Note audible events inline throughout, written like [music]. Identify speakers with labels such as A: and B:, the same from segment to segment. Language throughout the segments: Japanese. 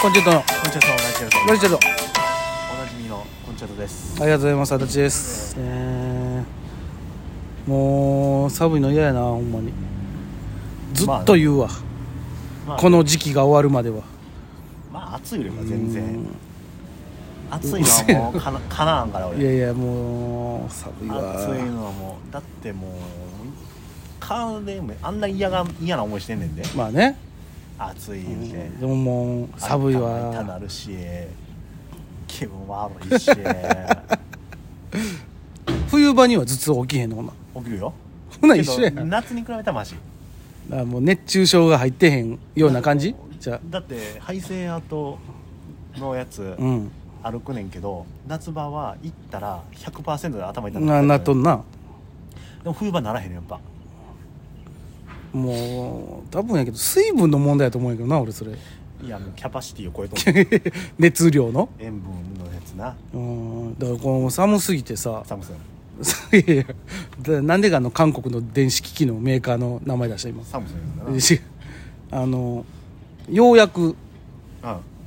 A: コンチェルトの
B: コンチェルト同じ
A: マルチェルト
B: おなじみのコンチェルトです
A: ありがとうございます私です、えー、もう寒いの嫌やなほんまにずっと言うわ、
B: まあ
A: この時期が終わるまでは
B: まあ暑いよりは全
A: う
B: 然
A: ん
B: 暑いのはもうかなかなわんから
A: いや
B: 俺
A: いやもう寒いわ
B: 暑いのはもうだってもう体でもあんな嫌が嫌な思いしてんねんで
A: まあね
B: 暑い言うて
A: でももう寒い
B: 頭痛な
A: わ
B: るし気分悪いし
A: 冬場には頭痛起きへんのほな
B: 起きるよ
A: ほな一緒や
B: けど
A: ん
B: 夏に比べたらマシ
A: あもう熱中症が入ってへんような感じじゃ
B: だって配線跡のやつ、
A: あうん
B: 歩くねんけど夏場は行ったら100%で頭痛
A: ななっとんな
B: でも冬場ならへんねんやっぱ
A: もう多分やけど水分の問題やと思うんやけどな俺それ [laughs]
B: いやもうキャパシティを超えとん
A: 熱量の
B: 塩分のやつな
A: うんだからこの寒すぎてさ [laughs]
B: サムスン
A: いやいやでなんでかあの韓国の電子機器のメーカーの名前出した今 [laughs]
B: サムスンやんな
A: しあのようやく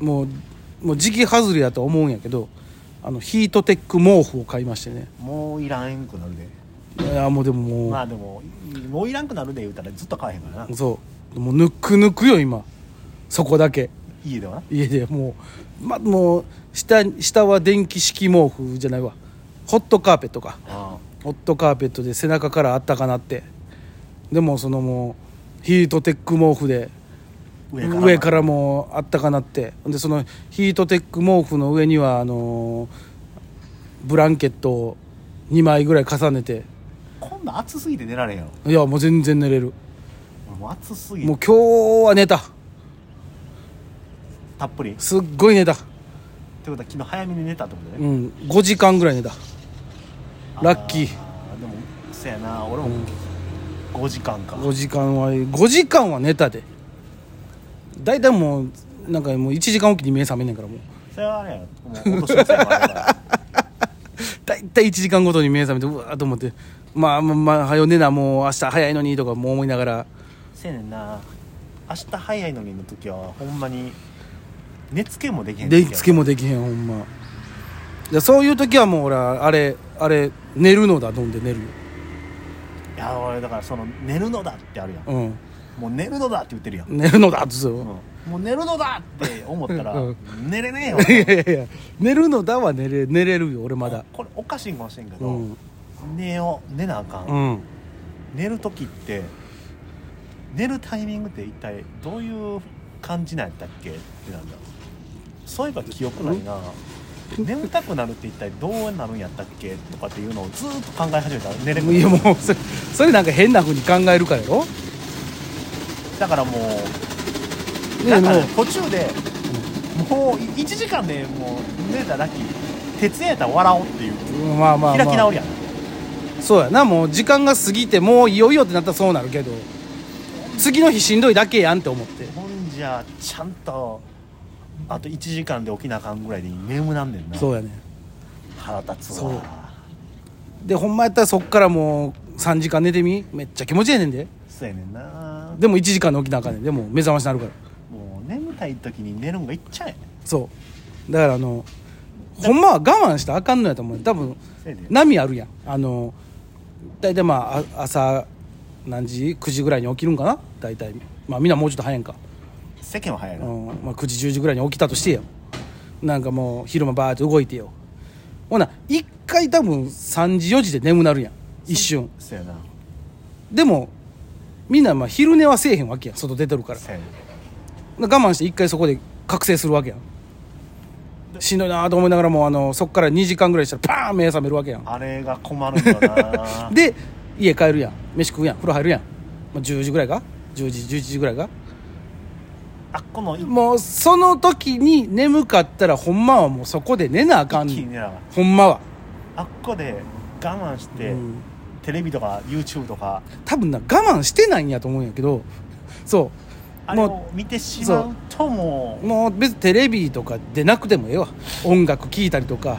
B: うん
A: もうもう時期外れやと思うんやけどあのヒートテック毛布を買いましてね
B: もういらんくなるで
A: いやもうでももう、
B: まあでももういらんくなるで言うたらずっと買えへんからな
A: そうもうぬくぬくよ今そこだけ
B: 家ではな
A: 家でもう,、ま、もう下下は電気式毛布じゃないわホットカーペットか
B: あ
A: ホットカーペットで背中からあったかなってでもそのもうヒートテック毛布で
B: 上から
A: 上からもうあったかなってでそのヒートテック毛布の上にはあのーブランケットを2枚ぐらい重ねて
B: こんなん暑すぎて寝られへんや
A: いやもう全然寝れる
B: ろもう暑すぎ
A: もう
B: て
A: 今日は寝た
B: たっぷりって
A: すっごい寝た
B: ことは昨日早めに寝たってこと
A: う
B: ね
A: ん5時間ぐらい寝たラッキー
B: あーでもそやな俺も5時間か
A: 5時間は5時間は寝たで大体もうなんかもう1時間おきに目覚めんねんからもう
B: それはあれやろもう落としませんからあれは
A: 大体1時間ごとに目覚めてうわーと思ってまあまあまあはよ寝なもう明日早いのにとかもう思いながら
B: せやねんな明日早いのにの時はほんまに寝つけもできへん時
A: で
B: や
A: つけもできへんほんまいやそういう時はもう俺はあれあれ寝るのだ飲んで寝るよ
B: いや俺だからその寝るのだってあるやん
A: うん
B: もう寝るのだって言ってるやん、
A: 寝るのだってそう
B: うん
A: よ、
B: もう寝るのだって思ったら
A: うん
B: 寝れねえ
A: [laughs]
B: よ
A: いやいやいや寝るのだは寝れ寝れるよ俺まだ
B: これおかしいんかもしれんけど、
A: うん
B: 寝よう寝なあかん、
A: うん
B: 寝る時って寝るタイミングって一体どういう感じなんやったっけってなんだそういえば記憶ないな眠たくなるって一体どうなるんやったっけとかっていうのをずーっと考え始めたら寝れ
A: いや
B: る
A: もうそれそれなんか変なふうに考えるからやろ
B: だからもう
A: ね
B: だ
A: えも
B: から
A: う
B: 途中でもう1時間でもう寝たらラッキー徹夜やったら笑おうっていう
A: うんまあまあ、ま
B: 開
A: あ、
B: き直りやん
A: そうやなもう時間が過ぎてもういよいよってなったらそうなるけど次の日しんどいだけやんって思って
B: ほんじゃちゃんとあと1時間で起きなあかんぐらいで眠なんねんな
A: そうやね
B: 腹立つ
A: そ
B: わ
A: うでほんまやったらそっからもう3時間寝てみめっちゃ気持ちええねんで
B: そうやねんな
A: でも1時間で起きなあかんねんでもう目覚ましになるから
B: もう眠たい時に寝るんがいっちゃえ
A: そうだからあのほんまは我慢したらあかんのやと思う多分
B: せいで
A: 波あるやんあの大体まああ朝何時9時ぐらいに起きるんかな大体まあみんなもうちょっと早いんか
B: 世間は早いな、
A: うんまあ、9時10時ぐらいに起きたとしてよなんかもう昼間バーッと動いてよほな一回多分3時4時で眠なるやん一瞬
B: そうやな
A: でもみんなまあ昼寝はせえへんわけやん外出てるから
B: そうやね
A: 我慢して一回そこで覚醒するわけやんしんどいなと思いながらもうあのそっから2時間ぐらいしたらパーン目覚めるわけやん
B: あれが困るんだよ
A: [laughs]
B: な
A: で家帰るやん飯食うやん風呂入るやん、まあ、10時ぐらいか10時11時ぐらいか
B: あっこの一
A: もうその時に眠かったらほんまはもうそこで寝なあかんね
B: 気
A: ん
B: にならん
A: ほんまは、
B: あっこで我慢して、
A: うん
B: テレビとか YouTube とか
A: 多分な我慢してないんやと思うんやけどそ
B: あ
A: う
B: れ
A: も
B: を見てしまうとも
A: うもう別にテレビとかでなくてもええわ音楽聴いたりとか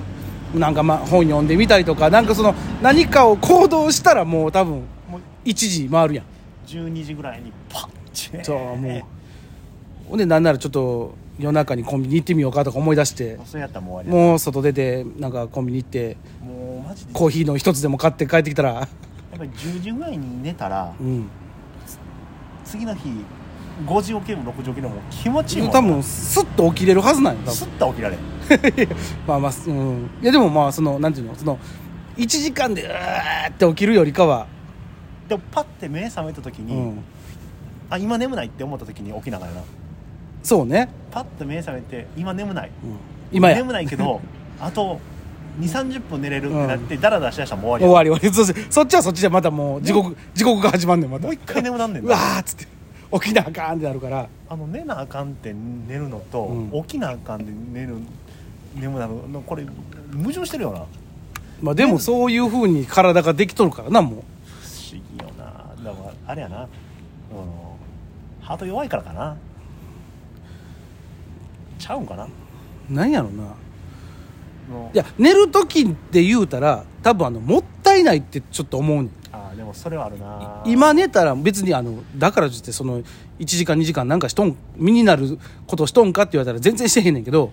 A: なんかまあ本読んでみたりとかなんかその何かを行動したらもう多分
B: うもう
A: 1時回るやん
B: 12時ぐらいにパッチね
A: そうもうほんでなんならちょっと夜中にコンビニ行ってみようかとか思い出して
B: もうそれやったらもう終わ
A: もう外出てなんかコンビニ行って
B: りもうもうマジで
A: コーヒーの一つでも買って帰ってきたら
B: やっぱり10時ぐらいに寝たら
A: うん
B: 次の日5時起きでも6時起きでも気持ちいいもんな
A: 多分スッと起きれるはずなんよ多分
B: すった起きられん
A: [laughs] まあまあ、うん、いやでもまあそのなんていうのその1時間でうーって起きるよりかは、
B: でもパッて目覚めた時
A: う
B: に、
A: ん、
B: あ今眠ないって思った時に起きながらな
A: そうね、
B: パッと目覚めて今眠ない
A: うん、今や
B: 眠ない
A: [laughs]
B: けどあと2 3 0分寝れるって
A: うん
B: なってダラダラしだしたらもう終
A: 終
B: わ
A: わり終わりそしてそっちはそっちでまたもう地獄地獄が始まんねんま
B: り
A: た
B: やもう一回眠なんねん
A: う
B: な
A: わーっつって起きなあかんってなるから
B: あの寝なあかんって寝るのと、
A: うん
B: 起きなあかんで寝る眠なののこれ矛盾してるよな
A: まあでもそういうふうに体ができとるからなも
B: 不思議よなだからあれやなあのハート弱いからかなちゃうんかな
A: うなんやろな
B: もう
A: いや寝る時って言うたら多分あのもったいないってちょっと思うねん
B: あーでもそれはあるな
A: 今寝たら別にあのだからといってその1時間2時間なんかしとん身になることしとんかって言われたら全然してへんねんけど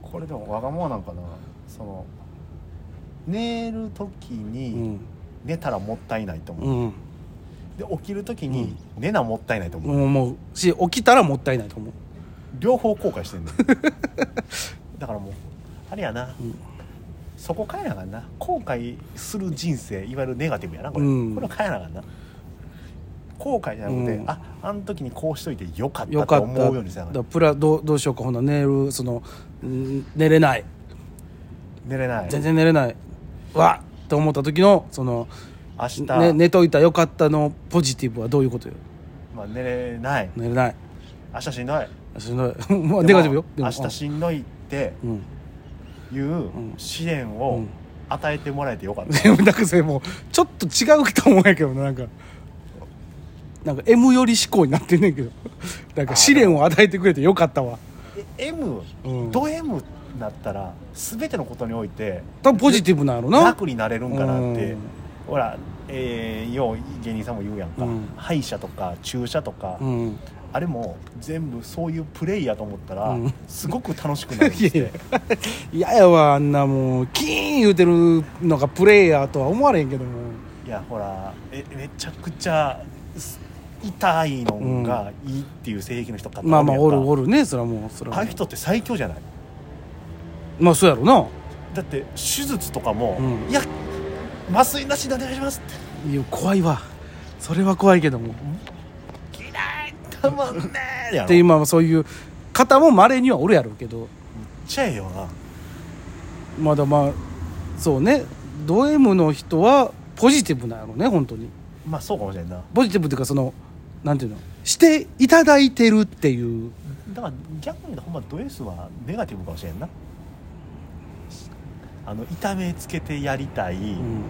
B: これでもわがままなんかなその寝る
A: う
B: 時に
A: ん
B: 寝たらもったいないと思う、
A: うん
B: で起きる時に寝なもったいないと思う、
A: 思うし起きたらもったいないと思う
B: 両方後悔し
A: [laughs]
B: てんねんだからもうあれやな、そこ変えなあかんな後悔する人生いわゆるネガティブやなこれ、
A: うん
B: これを変えなあかんな後悔じゃなくて、
A: うん
B: ああの時にこうしといてよかった
A: よ
B: と
A: かっ
B: 思
A: た
B: うようにせなあ
A: だか
B: かん
A: らプラどうどうしようかほんな寝るそのうん寝れない
B: 寝れない
A: 全然寝れないわっと思った時のその、
B: 明日、
A: ね、寝といたよかったのポジティブはどういうことよ
B: まあ、寝れない
A: 寝れない
B: 明日しんどい
A: しんどいまあネガティブよ
B: でも明日しんどいって
A: うん
B: いう
A: うん
B: 試練
A: う
B: を
A: ん
B: 与えてもらえてよかった、
A: でもなんかそれもうちょっと違うと思うんやけどななんかなんか M より思考になってんねんけどなんか試練を与えてくれてよかったわ
B: え M
A: うん
B: ド M になったら全てのことにおいて
A: 多分ポジティブなのな
B: 楽になれるんかなって、
A: うん
B: ほら、えー、よう芸人さんも言うやんか、
A: うん
B: 歯医者とか注射とか、
A: うん
B: あれも全部そういうプレイやと思ったら、
A: うん
B: すごく楽しくなるん
A: い
B: で
A: や
B: す
A: [laughs] いや嫌やわあんなもうキーン言うてるのがプレイヤーとは思われへんけども
B: いやほらえめちゃくちゃす痛いのがいいっていう性癖の人か
A: まあまあおるお
B: る
A: るねそれはもうそれ
B: ああ
A: は
B: いう人って最強じゃない
A: まあそうやろな
B: だって手術とかも、
A: うん
B: いや麻酔なしでお願いしますって
A: いや怖いわそれは怖いけども
B: 嫌いたまんねえやろ
A: で
B: めっ
A: 今はそういう方もまれにはおるやろうけど
B: ちゃええよな
A: まだまあそうねド M の人はポジティブなのね本当に
B: まあそうかもしれんな
A: ポジティブっていうかそのなんていうのしていただいてるっていう
B: だから逆に言うとほんまド S はネガティブかもしれんなあの痛めつけてやりたい、
A: うん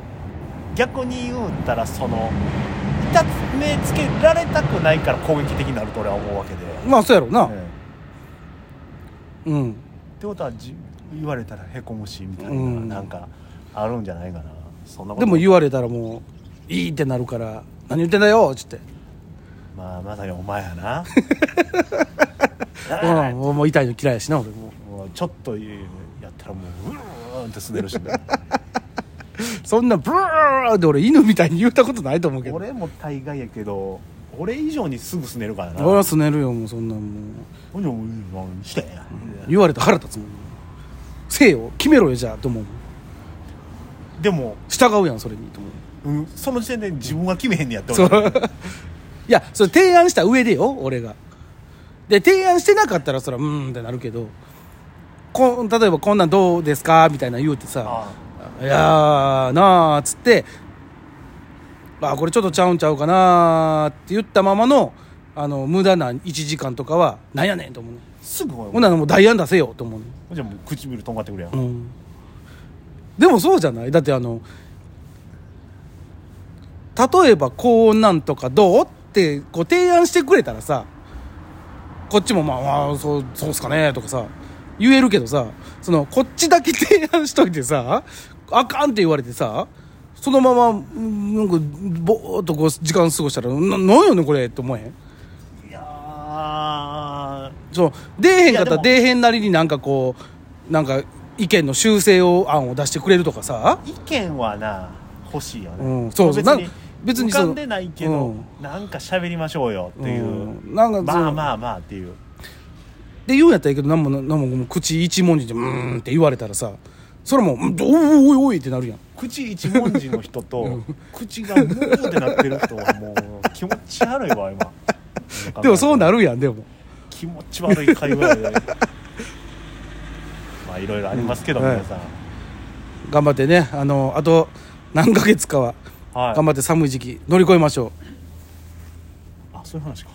B: 逆に言うたらその痛めつけられたくないから攻撃的になると俺は思うわけで、
A: まあそうやろうな
B: うんっ
A: うん
B: てことはじ言われたらへこむしみたいな、
A: うん
B: なんかあるんじゃないかなそんなこと
A: でも言われたらもういいってなるから何言ってんだよっつって
B: まあまさにお前やな
A: [laughs] うんもうもう痛いの嫌いやしな俺も
B: もうちょっとやったらもううーんってすねるしね
A: [laughs] そんなブーって俺犬みたいに言ったことないと思うけど俺
B: 俺も大概やけど俺以上にすぐすねるからな
A: はすねるよもうそんなんもう
B: ほんじゃもうしてや
A: 言われたら腹立つもんせえよ決めろよじゃあと思う
B: でも、
A: 従うやんそれにと思う
B: うん、その時点で自分は決めへんねやって
A: そ
B: 俺
A: ういやそれ提案した上でよ俺がで提案してなかったらそらうーんってなるけどこん例えばこんなんどうですかみたいなの言うてさ
B: あ
A: 「いやーなあ」っつって「あこれちょっとちゃうんちゃうかな」って言ったままのあの無駄な1時間とかは「なんやねん」と思うね
B: あすぐほ
A: ほんならもう代案出せよと思うね
B: じゃあもう唇とんがってくれやん、
A: うんでもそうじゃないだってあの例えばこうなんとかどうってこう提案してくれたらさこっちもまあまあそうそうっすかねとかさ言えるけどさそのこっちだけ提案しといてさあかんって言われてさそのままうんなんかぼーっとこう時間過ごしたらななんやねんこれって思えへん
B: いやー
A: そう出えへんかっ
B: い
A: たら
B: やでも
A: 出えへんなりになんかこうなんか意見の修正を案を出してくれるとかさ
B: 意見はな欲しいよね、
A: うんそうそうな
B: 別に
A: 別に
B: 浮
A: そ
B: か
A: の
B: んでないけど、
A: う
B: なんか喋りましょうよっていう、
A: んなんかそう
B: まあまあまあっていう
A: で言うんやったらいいけど何もなんももう口一文字で「うーん」って言われたらさそれはもううん「おいおいおい」ってなるやん
B: 口一文字の人と口がもうってなってる人はもう気持ち悪いわ今
A: [laughs] でもそうな
B: る
A: るやんでも
B: 気持ち悪い会
A: [laughs]
B: 話でまあいろいろありますけど、
A: うん
B: 皆さん、
A: 頑張ってねあのあと何ヶ月かは
B: はい
A: 頑張って寒い時期乗り越えましょう、
B: あそういう話か